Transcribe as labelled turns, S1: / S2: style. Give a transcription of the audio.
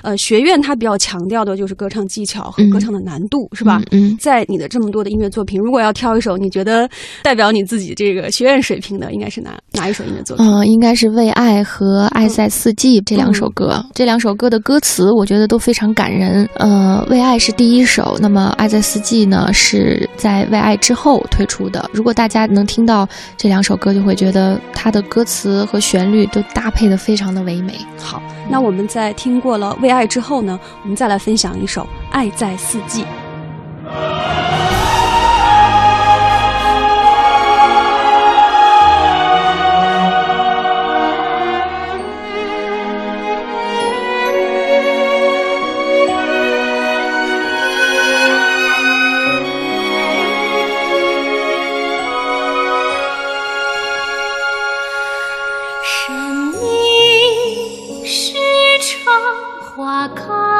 S1: 呃，学院它比较强调的就是歌唱技巧和
S2: 嗯
S1: 歌唱的难度，是吧？
S2: 嗯，
S1: 在你的这么多的音乐作品，如果要挑一首你觉得代表你自己这个学院水平的，应该是哪哪一首音乐作品？
S2: 呃，应该是《为爱》和《
S1: 嗯
S2: 爱在四季》这两首歌。这两首歌的歌词，我觉得都非常感人。呃，《为爱》是第一首，那么《爱在四季呢》是在《为爱》之后推出的。如果大家能听到这两首歌，就会觉得它的歌词和旋律都搭配的非常的唯美。
S1: 好，那我们在听过了《为爱》之后呢，我们再来分享一首《爱在四季》。
S3: 山里是场花开。